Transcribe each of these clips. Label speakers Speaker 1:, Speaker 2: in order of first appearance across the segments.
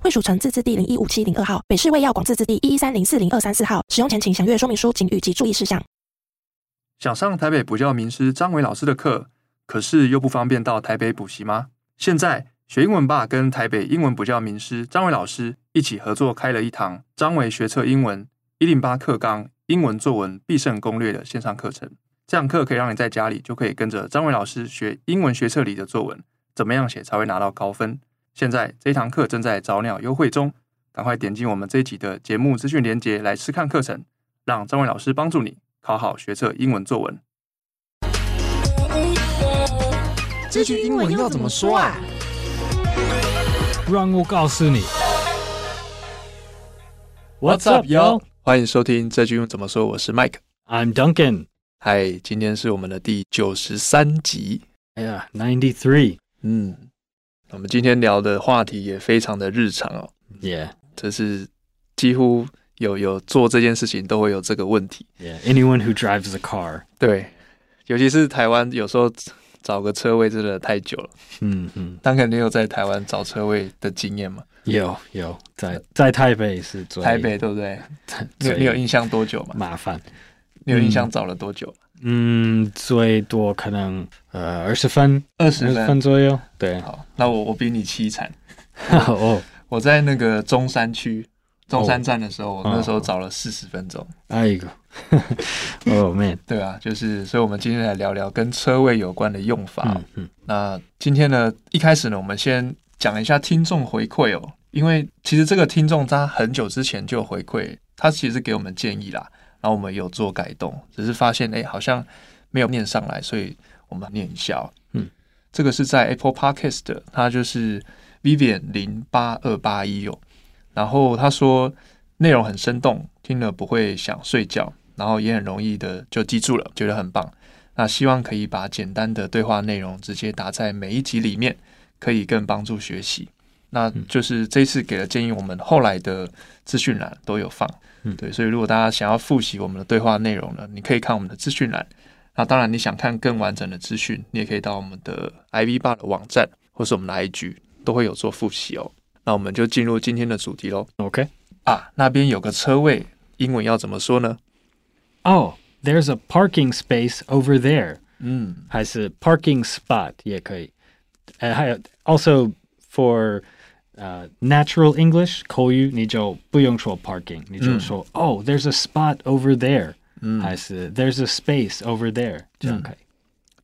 Speaker 1: 惠蜀城自治地零一五七零二号，北市卫药广自治地一一三零四零二三四号。使用前请详阅说明书、警语及注意事项。
Speaker 2: 想上台北补教名师张伟老师的课，可是又不方便到台北补习吗？现在学英文吧跟台北英文补教名师张伟老师一起合作开了一堂张伟学测英文一零八课纲英文作文必胜攻略的线上课程。这堂课可以让你在家里就可以跟着张伟老师学英文学测里的作文，怎么样写才会拿到高分。现在这一堂课正在早鸟优惠中，赶快点进我们这一集的节目资讯连结来试看课程，让张伟老师帮助你考好学测英文作文。
Speaker 3: 这句英文要怎么说啊？让我告诉你。What's up, yo?
Speaker 2: 欢迎收听这句用怎么说，我是 Mike。
Speaker 3: I'm Duncan.
Speaker 2: 嗨，今天是我们的第九十三集。
Speaker 3: Yeah, ninety-three.
Speaker 2: 嗯，我们今天聊的话题也非常的日常哦，
Speaker 3: Yeah,
Speaker 2: 这是几乎有有做这件事情都会有这个问题。
Speaker 3: yeah. Anyone who drives a car.
Speaker 2: 对，尤其是台湾，有时候找个车位真的太久了。
Speaker 3: 嗯嗯，
Speaker 2: 当肯定有在台湾找车位的经验嘛？
Speaker 3: 有有，在在台北是最
Speaker 2: 台北对不对？你有
Speaker 3: 最
Speaker 2: 你有印象多久嘛？
Speaker 3: 麻烦，
Speaker 2: 你有印象找了多久？
Speaker 3: 嗯，最多可能呃二十分，
Speaker 2: 二
Speaker 3: 二
Speaker 2: 十
Speaker 3: 十
Speaker 2: 分
Speaker 3: 分。左右， 对，
Speaker 2: 好，那我我比你凄惨。
Speaker 3: 哦，
Speaker 2: 我在那个中山区中山站的时候，我
Speaker 3: 哦
Speaker 2: 那时候找了四十分钟。
Speaker 3: 哎 呦，哦 Oh, man，
Speaker 2: 对啊，就是，所以我们今天来聊聊跟车位有关的用法哦、
Speaker 3: 嗯嗯，
Speaker 2: 那今天呢，一开始呢，我们先讲一下听众回馈哦，因为其实这个听众他很久之前就有回馈，他其实给我们建议啦，然后我们有做改动，只是发现哎、好像没有念上来，所以我们念一下、哦。
Speaker 3: 嗯，
Speaker 2: 这个是在 Apple Podcast 的，他就是 Vivian 零八二八一哦，然后他说内容很生动，听了不会想睡觉，然后也很容易的就记住了，觉得很棒。那希望可以把简单的对话内容直接打在每一集里面，可以更帮助学习。那就是这次给的建议，我们后来的资讯栏都有放。
Speaker 3: 嗯
Speaker 2: 对，所以如果大家想要复习我们的对话内容呢，你可以看我们的资讯栏。那当然，你想看更完整的资讯，你也可以到我们的 IV 八的网站或是我们的 IG 都会有做复习哦。那我们就进入今天的主题喽。
Speaker 3: OK，
Speaker 2: 啊，那边有个车位，英文要怎么说呢？
Speaker 3: 哦，There's Oh, a parking space over there，
Speaker 2: 嗯，
Speaker 3: 还是 parking spot 也可以，呃，还有 also for 呃、natural English 口语你就不用说 parking，你就说、哦，There's a spot over there，、还是 There's a space over there，这样可以，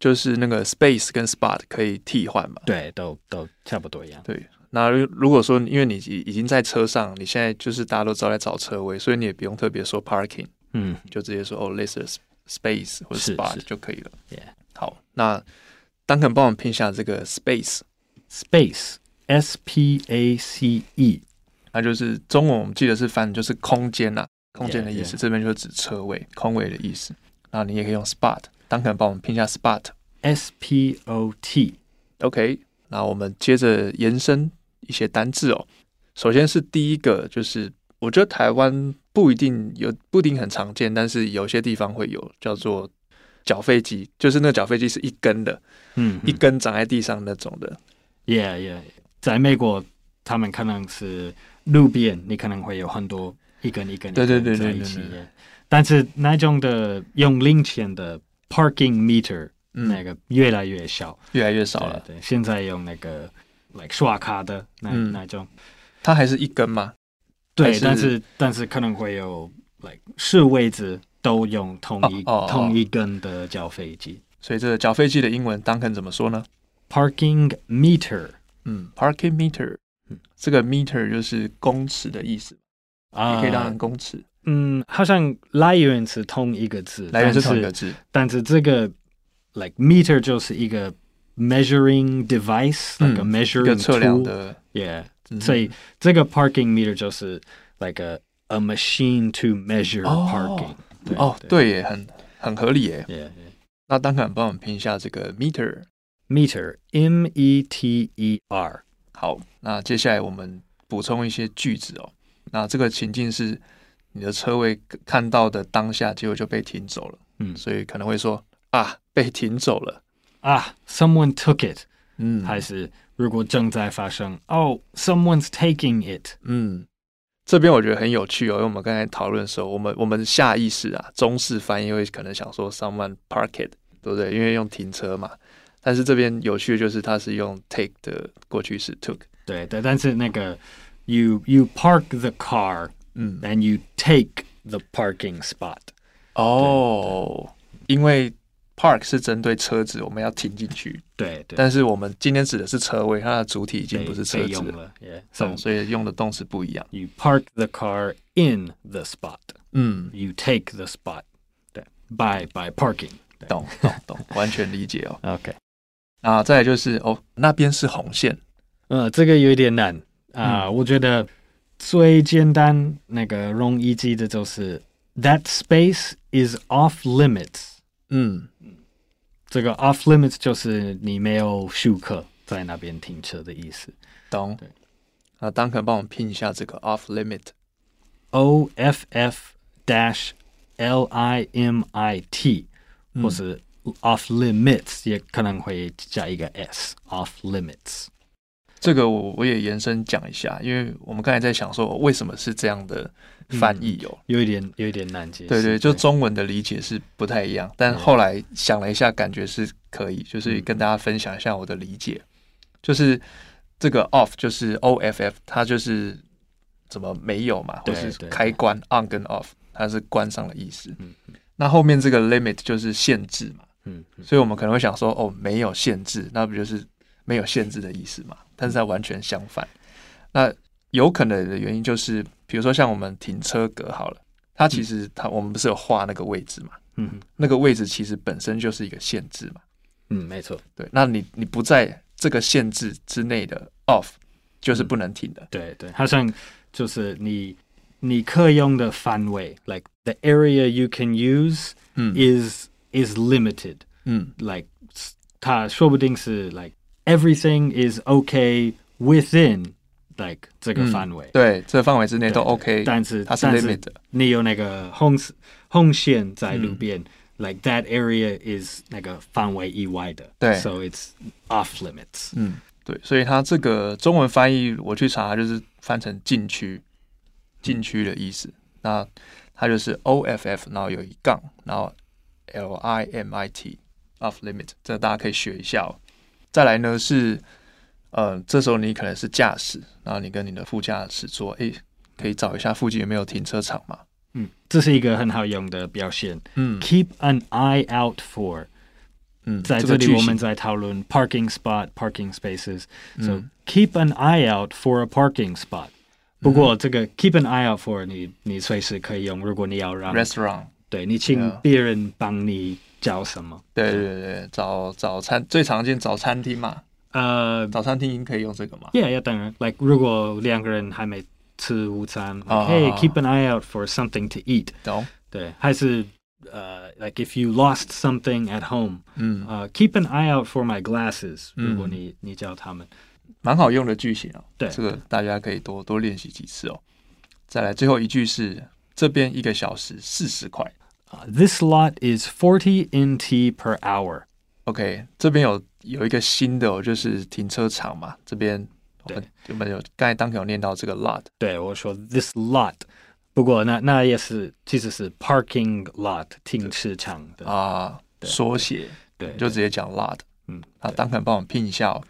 Speaker 2: 就是那个 space 跟 spot 可以替换嘛。
Speaker 3: 对，都都差不多一样。
Speaker 2: 对，那如如果说因为你已已经在车上，你现在就是大家都知道在找车位，所以你也不用特别说 parking，
Speaker 3: 嗯
Speaker 2: 你就直接说哦 l i s t space 或者
Speaker 3: 是
Speaker 2: spot
Speaker 3: 是
Speaker 2: 就可以了。
Speaker 3: Yeah
Speaker 2: 好，那丹肯帮我们拼一下这个 space，
Speaker 3: ，space S P A C E，
Speaker 2: 那就是中文我们记得是翻译就是空间啦、空间的意
Speaker 3: Yeah,
Speaker 2: 思
Speaker 3: yeah
Speaker 2: 这边就是指车位、空位的意思。那你也可以用 spot，丹肯帮我们拼一下 spot。
Speaker 3: S P O T，
Speaker 2: OK，那我们接着延伸一些单字哦。首先是第一个，就是我觉得台湾不一定有，不一定很常见，但是有些地方会有，叫做缴费机，就是那个缴费机是一根的，
Speaker 3: 嗯，
Speaker 2: 一根长在地上那种的。
Speaker 3: Yeah, yeah. 在美国，他们可能是路边，你可能会有很多一根一根
Speaker 2: 对对
Speaker 3: 一
Speaker 2: 对
Speaker 3: 根
Speaker 2: 对
Speaker 3: 在一起
Speaker 2: 对对
Speaker 3: 耶。但是那种的用零钱的 parking meter、
Speaker 2: 嗯
Speaker 3: 那个越来越小，
Speaker 2: 越来越少了，
Speaker 3: 对对，现在用那个 like 刷卡的那、
Speaker 2: 嗯
Speaker 3: 那种，
Speaker 2: 它还是一根吗？还
Speaker 3: 对，
Speaker 2: 是
Speaker 3: 但是但是可能会有 like 是位置都用同
Speaker 2: 哦
Speaker 3: 一、
Speaker 2: 哦哦
Speaker 3: 同一根的缴费机
Speaker 2: 所以这个缴费机的英文 Duncan 怎么说呢？
Speaker 3: parking meter
Speaker 2: 嗯，parking meter，
Speaker 3: 嗯
Speaker 2: 这个 meter 就是公尺的意思，
Speaker 3: 啊
Speaker 2: 也可以当成公尺，
Speaker 3: 嗯，好像来源是同一个字，
Speaker 2: 来源是
Speaker 3: 但
Speaker 2: 同一个字。
Speaker 3: 但是这个 like meter 就是一个 measuring device，、
Speaker 2: 嗯
Speaker 3: like a
Speaker 2: 一个
Speaker 3: measuring
Speaker 2: 测量
Speaker 3: tool，
Speaker 2: 的
Speaker 3: yeah，所以这个 parking meter 就是 like a a machine to measure
Speaker 2: 哦
Speaker 3: parking。
Speaker 2: 哦，对耶，很很合理耶。
Speaker 3: ，yeah, yeah.
Speaker 2: 那丹肯帮我们拼一下这个 meter。
Speaker 3: meter m e t e r
Speaker 2: 好，那接下来我们补充一些句子哦。那这个情境是你的车位看到的当下，结果就被停走了，
Speaker 3: 嗯
Speaker 2: 所以可能会说啊，被停走了。
Speaker 3: 啊，someone took it，、
Speaker 2: 嗯，
Speaker 3: 还是如果正在发生哦，someone's taking it，
Speaker 2: 嗯，这边我觉得很有趣哦，因为我们刚才讨论的时候，我们我们下意识啊，中式翻译会可能想说 someone park it，对不对？因为用停车嘛。但是这边有趣的就是，它是用 take 的过去式 took。
Speaker 3: 对，但但是那个 you you park the car
Speaker 2: 嗯，
Speaker 3: and you take the parking spot，
Speaker 2: 哦，因为 park 是针对车子，我们要停进去，
Speaker 3: 对对，
Speaker 2: 但是我们今天指的是车位，它的主体已经
Speaker 3: 被
Speaker 2: 不是
Speaker 3: 被
Speaker 2: 车子
Speaker 3: 用
Speaker 2: 了，
Speaker 3: 了，yeah，
Speaker 2: 嗯
Speaker 3: so
Speaker 2: 所以用的动词不一样。
Speaker 3: you park the car in the spot。
Speaker 2: 嗯，
Speaker 3: you take the spot by by parking.
Speaker 2: 懂懂懂，完全理解哦。
Speaker 3: OK，
Speaker 2: 啊，再来就是哦，那边是红线，
Speaker 3: 呃，Uh, 这个有一点难啊、我觉得最简单那个容易记的就是 that space is off limits。
Speaker 2: 嗯，
Speaker 3: 这个 off limits 就是你没有休克在那边停车的意思。
Speaker 2: 懂
Speaker 3: 对。
Speaker 2: 那丹肯帮我们拼一下这个 off limit。
Speaker 3: O F F dash L I M I T，、或是 off limits 也可能会加一个 s off limits。
Speaker 2: 这个我我也延伸讲一下，因为我们刚才在想说为什么是这样的翻译哦。
Speaker 3: 有一点有一点难解释。
Speaker 2: 对对，就中文的理解是不太一样，但后来想了一下，感觉是可以，就是跟大家分享一下我的理解，就是这个 off 就是 o f f，它就是怎么没有嘛，或
Speaker 3: 对
Speaker 2: 是
Speaker 3: 对
Speaker 2: 开关 on 跟 off，它是关上的意思
Speaker 3: 嗯。
Speaker 2: 那后面这个 limit 就是限制嘛，
Speaker 3: 嗯，嗯
Speaker 2: 所以我们可能会想说，哦，没有限制，那不就是没有限制的意思嘛？但是它完全相反。那有可能的原因就是，比如说像我们停车格好了，它其实它我们不是有画那个位置嘛？
Speaker 3: 嗯哼
Speaker 2: 那个位置其实本身就是一个限制嘛。
Speaker 3: 嗯，没错，
Speaker 2: 对，那你你不在这个限制之内的 off
Speaker 3: 嗯
Speaker 2: 就是不能停的。
Speaker 3: 对对，好像就是你你可用的范围，like the area you can use
Speaker 2: 嗯
Speaker 3: is is limited。
Speaker 2: 嗯
Speaker 3: Like 它说不定是 like everything is okay within like 这个
Speaker 2: 嗯
Speaker 3: 范围。
Speaker 2: 对，这个范围之内都
Speaker 3: 对对
Speaker 2: OK，
Speaker 3: 但是
Speaker 2: 它是
Speaker 3: 但是
Speaker 2: limit 的。嗯
Speaker 3: 你有那个红红线在路边、l i k e that area is 那个范围以外的。
Speaker 2: 对
Speaker 3: ，so it's off limits。
Speaker 2: 嗯，对，所以它这个中文翻译我去查就是翻成禁区，禁区的意思。那它就是 O F F，然后有一杠，然后 L I M I T off limit，这大家可以学一下哦。再来呢是，呃，这时候你可能是驾驶，然后你跟你的副驾驶说，诶，可以找一下附近有没有停车场嘛？
Speaker 3: 嗯，这是一个很好用的表现。
Speaker 2: 嗯
Speaker 3: Keep an eye out for，
Speaker 2: 嗯，
Speaker 3: 在这
Speaker 2: 个
Speaker 3: 里
Speaker 2: 句
Speaker 3: 我
Speaker 2: 型
Speaker 3: 们在讨论 parking spot、parking spaces。So
Speaker 2: 嗯
Speaker 3: keep an eye out for a parking spot。不过这个 keep an eye out for 你你随时可以用，如果你要让
Speaker 2: restaurant，
Speaker 3: 对你请
Speaker 2: Yeah
Speaker 3: 别人帮你叫什么，
Speaker 2: 对对对对，找早餐最常见早餐厅嘛，
Speaker 3: 呃
Speaker 2: 早餐厅可以用这个嘛？
Speaker 3: ，yeah yeah 当然，like 如果两个人还没吃午餐、like,
Speaker 2: 啊
Speaker 3: hey keep an eye out for something to eat，
Speaker 2: 懂？
Speaker 3: 对，还是呃、l i k e if you lost something at home。
Speaker 2: 嗯，
Speaker 3: 呃、k e e p an eye out for my glasses、
Speaker 2: 嗯
Speaker 3: 如果你你叫他们，
Speaker 2: 蛮好用的句型哦。
Speaker 3: 对
Speaker 2: 这个大家可以多多练习几次哦。再来，最后一句是这边一个小时四十块。
Speaker 3: 呃 This lot is forty NT per hour。
Speaker 2: OK，这边有有一个新的、哦，就是停车场嘛。这边我们我们有刚才当天有念到这个 lot，
Speaker 3: 对我说 this lot，不过那那也是其实是 parking lot 停车场
Speaker 2: Uh,
Speaker 3: 的。
Speaker 2: 啊，
Speaker 3: 对
Speaker 2: 缩写
Speaker 3: 对，
Speaker 2: 就直接讲 lot。
Speaker 3: 嗯
Speaker 2: 啊，当肯帮我们拼一下哦。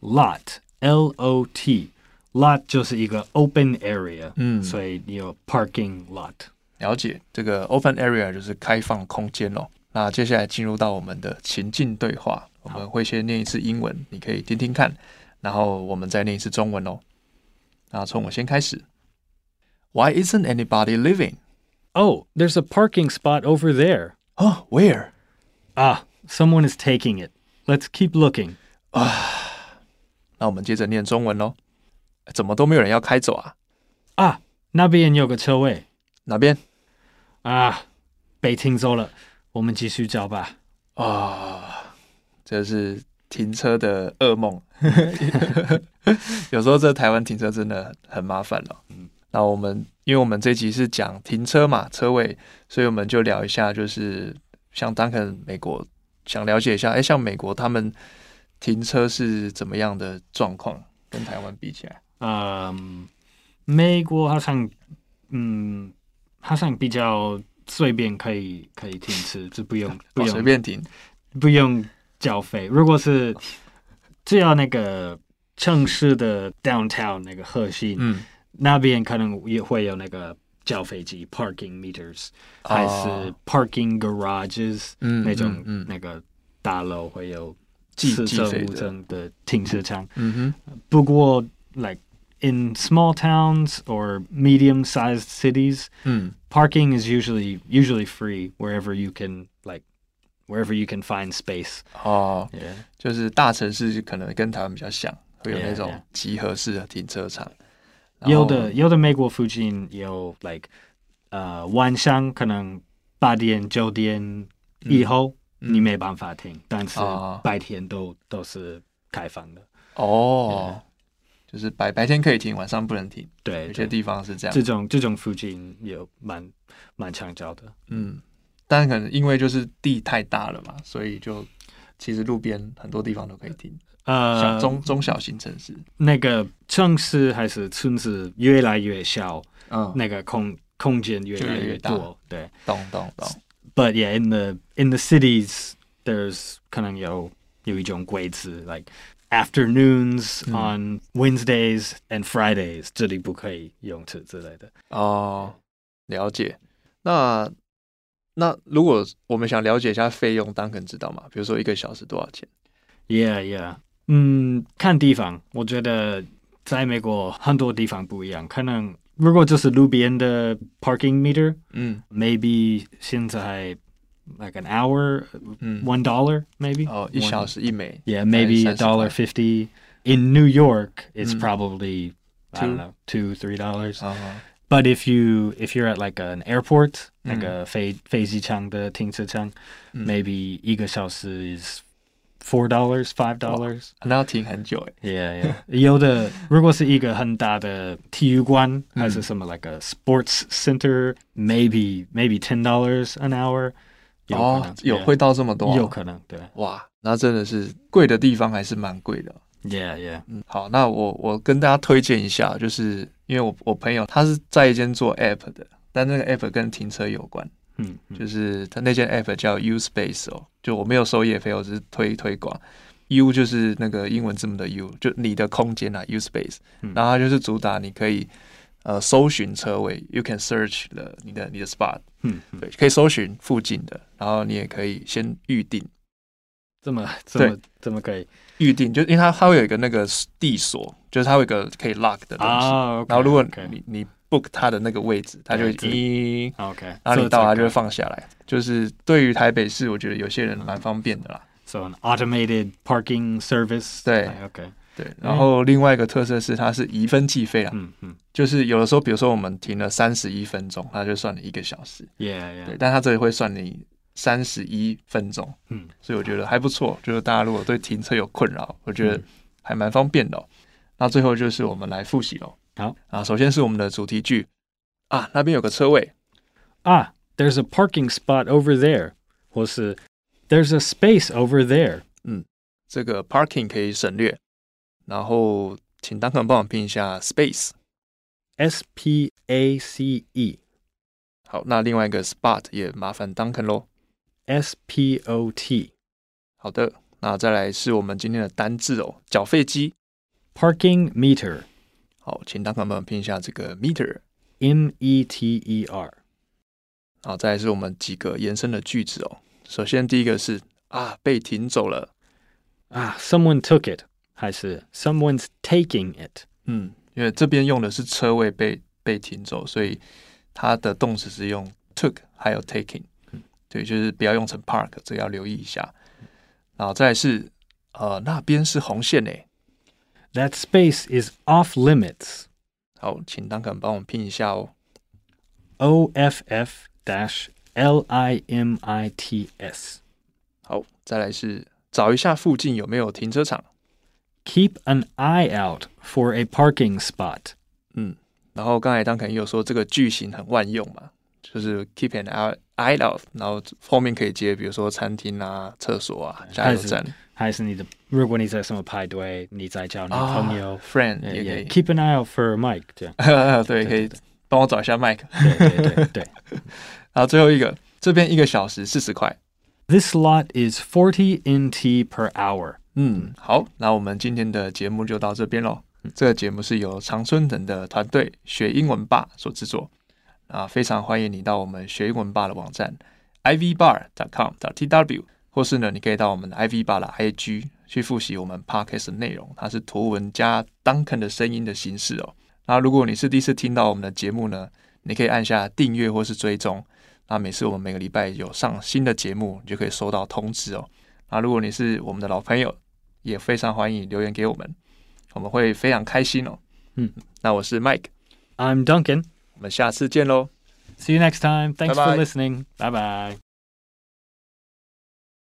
Speaker 3: lot L O T lot 就是一个 open area，
Speaker 2: 嗯
Speaker 3: 所以你有 parking lot。
Speaker 2: 了解这个 open area 就是开放空间哦。那接下来进入到我们的情境对话，我们会先念一次英文，你可以听听看，然后我们再念一次中文哦。那从我先开始。Why isn't anybody living?
Speaker 3: Oh, there's a parking spot over there.
Speaker 2: Oh, where?
Speaker 3: Ah, someone is taking it. Let's keep looking.
Speaker 2: 那我们接着念中文哦。怎么都没有人要开走啊？
Speaker 3: 啊，那边有个车位
Speaker 2: 哪边
Speaker 3: 啊，被停走了，我们继续找吧。
Speaker 2: 啊、这是停车的噩梦。 有时候在台湾停车真的很麻烦了。那我们因为我们这集是讲停车嘛，车位，所以我们就聊一下，就是像当可能美国想了解一下，哎，像美国他们停车是怎么样的状况，跟台湾比起来。
Speaker 3: 嗯，美国好像，嗯，好像比较随便可以可以停车，就不用不
Speaker 2: 哦
Speaker 3: 用
Speaker 2: 随便停，
Speaker 3: 不用缴费。如果是只要那个城市的 downtown 那个核心、
Speaker 2: 嗯，
Speaker 3: 那边，可能也会有那个缴费机 parking meters，、还是 parking garages
Speaker 2: 嗯
Speaker 3: 那种、
Speaker 2: 嗯嗯
Speaker 3: 那个大楼会有
Speaker 2: 计
Speaker 3: 四
Speaker 2: 计
Speaker 3: 车
Speaker 2: 费
Speaker 3: 五
Speaker 2: 的
Speaker 3: 证的停车场。
Speaker 2: 嗯哼，
Speaker 3: 不过，like in small towns or medium-sized cities,
Speaker 2: 嗯
Speaker 3: parking is usually usually free wherever you can like wherever you can find space.
Speaker 2: 哦，
Speaker 3: Yeah.
Speaker 2: 就是大城市可能跟台湾比较像，会有
Speaker 3: Yeah,
Speaker 2: 那种
Speaker 3: yeah.
Speaker 2: 集合式的停车场。然后
Speaker 3: 有的有的美国附近有 like 呃晚上可能八点九点以后、
Speaker 2: 嗯
Speaker 3: 你没办法停，但是
Speaker 2: 啊
Speaker 3: 白天都、都是开放的。
Speaker 2: 哦，就是白白天可以停，晚上不能停，
Speaker 3: 对，
Speaker 2: 有些
Speaker 3: 对
Speaker 2: 地方是这
Speaker 3: 这
Speaker 2: 样。
Speaker 3: 种这种附近有蛮蛮常找的。
Speaker 2: 嗯，但可能因为就是地太大了嘛，所以就其实路边很多地方都可以停，小
Speaker 3: 呃，
Speaker 2: 中中小型城市。
Speaker 3: 那个城市还是村子越来越小，
Speaker 2: 嗯，
Speaker 3: 那个空空间越来
Speaker 2: 就越
Speaker 3: 越
Speaker 2: 大
Speaker 3: 多。对
Speaker 2: 懂懂懂。
Speaker 3: ，But yeah, in the in the cities, there's 可能有有一种规制，like afternoons、on Wednesdays and Fridays，这里不可以用车之类的。
Speaker 2: 哦，了解。那那如果我们想了解一下费用，当然知道嘛，比如说一个小时多少钱？
Speaker 3: Yeah, yeah. 嗯，看地方，我觉得在美国很多地方不一样。可能如果就是路边的 parking meter。
Speaker 2: 嗯
Speaker 3: maybe 现在 like an hour,
Speaker 2: 嗯。
Speaker 3: one dollar maybe.
Speaker 2: 哦，一
Speaker 3: One-
Speaker 2: 小时一美
Speaker 3: Yeah, maybe a
Speaker 2: 30
Speaker 3: dollar fifty. In New York, it's
Speaker 2: Mm.
Speaker 3: probably I
Speaker 2: Two.
Speaker 3: don't know two, three dollars.
Speaker 2: 啊、
Speaker 3: But if you if you're at like an airport, like
Speaker 2: Mm.
Speaker 3: a 飞飞机场的停车场
Speaker 2: Mm.
Speaker 3: maybe 一个小时 is four dollars, five dollars.
Speaker 2: 那要停很久哎。
Speaker 3: Yeah, yeah. 有的，如果是一个很大的体育馆，
Speaker 2: Mm.
Speaker 3: 还是什么 like a sports center, maybe maybe ten dollars an hour.
Speaker 2: 哦，
Speaker 3: 有可能，
Speaker 2: 有
Speaker 3: yeah.
Speaker 2: 会到这么多、啊？
Speaker 3: 有可能，对。
Speaker 2: 哇，那真的是贵的地方还是蛮贵的。
Speaker 3: Yeah, yeah.
Speaker 2: 嗯，好，那我我跟大家推荐一下，就是因为我我朋友他是在一间做 app 的，但那个 app 跟停车有关，
Speaker 3: 嗯，
Speaker 2: 就是他那间 app 叫 U Space 哦，就我没有收业费，我只是推推广。U 就是那个英文字母的 U，就你的空间啊，U Space，
Speaker 3: 嗯
Speaker 2: 然后它就是主打你可以呃搜寻车位，You can search 的你的你的 spot，
Speaker 3: 嗯，嗯，嗯。
Speaker 2: 对，可以搜寻附近的，然后你也可以先预定。
Speaker 3: 这么-
Speaker 2: 对。
Speaker 3: 这么-这么可以。
Speaker 2: 预定，就因为它它会有一个那个地锁，就是它会有一个可以 lock 的东西。
Speaker 3: 啊，OK，
Speaker 2: 然后如果
Speaker 3: OK，哎
Speaker 2: 你你 book 它的那个位置，它就会
Speaker 3: 对这
Speaker 2: 咦，
Speaker 3: OK，
Speaker 2: 然后你
Speaker 3: 这-
Speaker 2: 到它
Speaker 3: 这个。
Speaker 2: 就会放下来。就是对于台北市，我觉得有些人蛮方便的啦。
Speaker 3: So an automated parking service，
Speaker 2: 对。
Speaker 3: 哎，OK，
Speaker 2: 对，然后另外一个特色是它是一分计费啦，
Speaker 3: 嗯，嗯，Yeah，yeah。
Speaker 2: 就是有的时候，比如说我们停了三十一分钟，它就算你一个小时，对，但它这里会算你三十一分钟，
Speaker 3: 嗯，
Speaker 2: 所以我觉得还不错。就是大家如果对停车有困扰，我觉得还蛮方便的哦、那最后就是我们来复习喽。
Speaker 3: 好
Speaker 2: 啊，首先是我们的主题句啊，那边有个车位
Speaker 3: Ah, there's a parking spot over there. 或是 There's a space over there.
Speaker 2: 嗯这个 parking 可以省略。然后，请当肯帮我拼一下 space。
Speaker 3: S P A C E
Speaker 2: 好，那另外一个 spot 也麻烦当肯喽。
Speaker 3: S P O T
Speaker 2: 好的，那再来是我们今天的单字哦，缴费机。
Speaker 3: parking meter
Speaker 2: 好，请当肯帮我拼一下这个 meter。
Speaker 3: M E T E R
Speaker 2: 然后再来是我们几个延伸的句子哦。首先第一个是啊，被停走了。
Speaker 3: ah someone took it 还是 someone's taking it
Speaker 2: 嗯，因为这边用的是车位被被停走，所以它的动词是用 took 还有 taking，对，
Speaker 3: 嗯
Speaker 2: 就是不要用成 park，这个要留意一下。然后再来是呃，那边是红线诶，
Speaker 3: That space is off limits.
Speaker 2: 好，请当肯帮我们拼一下哦。
Speaker 3: O F F dash L I M I T S.
Speaker 2: 好，再来是找一下附近有没有停车场。
Speaker 3: Keep an eye out for a parking spot.
Speaker 2: 嗯，然后刚才当肯也有说这个句型很万用嘛，就是 keep an eye eye out，然后后面可以接比如说餐厅啊、厕所啊、加油站
Speaker 3: 还是你的，如果你在什么派对，你在交女朋友，呃
Speaker 2: 啊 Ah, friend 也可
Speaker 3: 也也
Speaker 2: 以。
Speaker 3: keep an eye out for Mike
Speaker 2: 对，可以
Speaker 3: 对对对
Speaker 2: 帮我找一下 Mike。
Speaker 3: 这样。对对对对。
Speaker 2: 然后最后一个，这边一个小时四十块。
Speaker 3: This lot is 40 NT per hour.
Speaker 2: 嗯，好，那我们今天的节目就到这边喽。这个节目是由常春藤的团队学英文吧所制作，啊，非常欢迎你到我们学英文吧的网站 ivbar.com.tw，或是呢，你可以到我们的 ivbar 的 IG 去复习我们 podcast 的内容，它是图文加 Duncan 的声音的形式哦。那如果你是第一次听到我们的节目呢，你可以按下订阅或是追踪，那每次我们每个礼拜有上新的节目，你就可以收到通知哦。那如果你是我们的老朋友，也非常欢迎留言给我们，我们会非常开心哦。
Speaker 3: 嗯，
Speaker 2: 那我是 Mike，
Speaker 3: I'm Duncan.
Speaker 2: 我们下次见喽。
Speaker 3: See you next time. Thanks for
Speaker 2: Bye-bye.
Speaker 3: listening. Bye bye.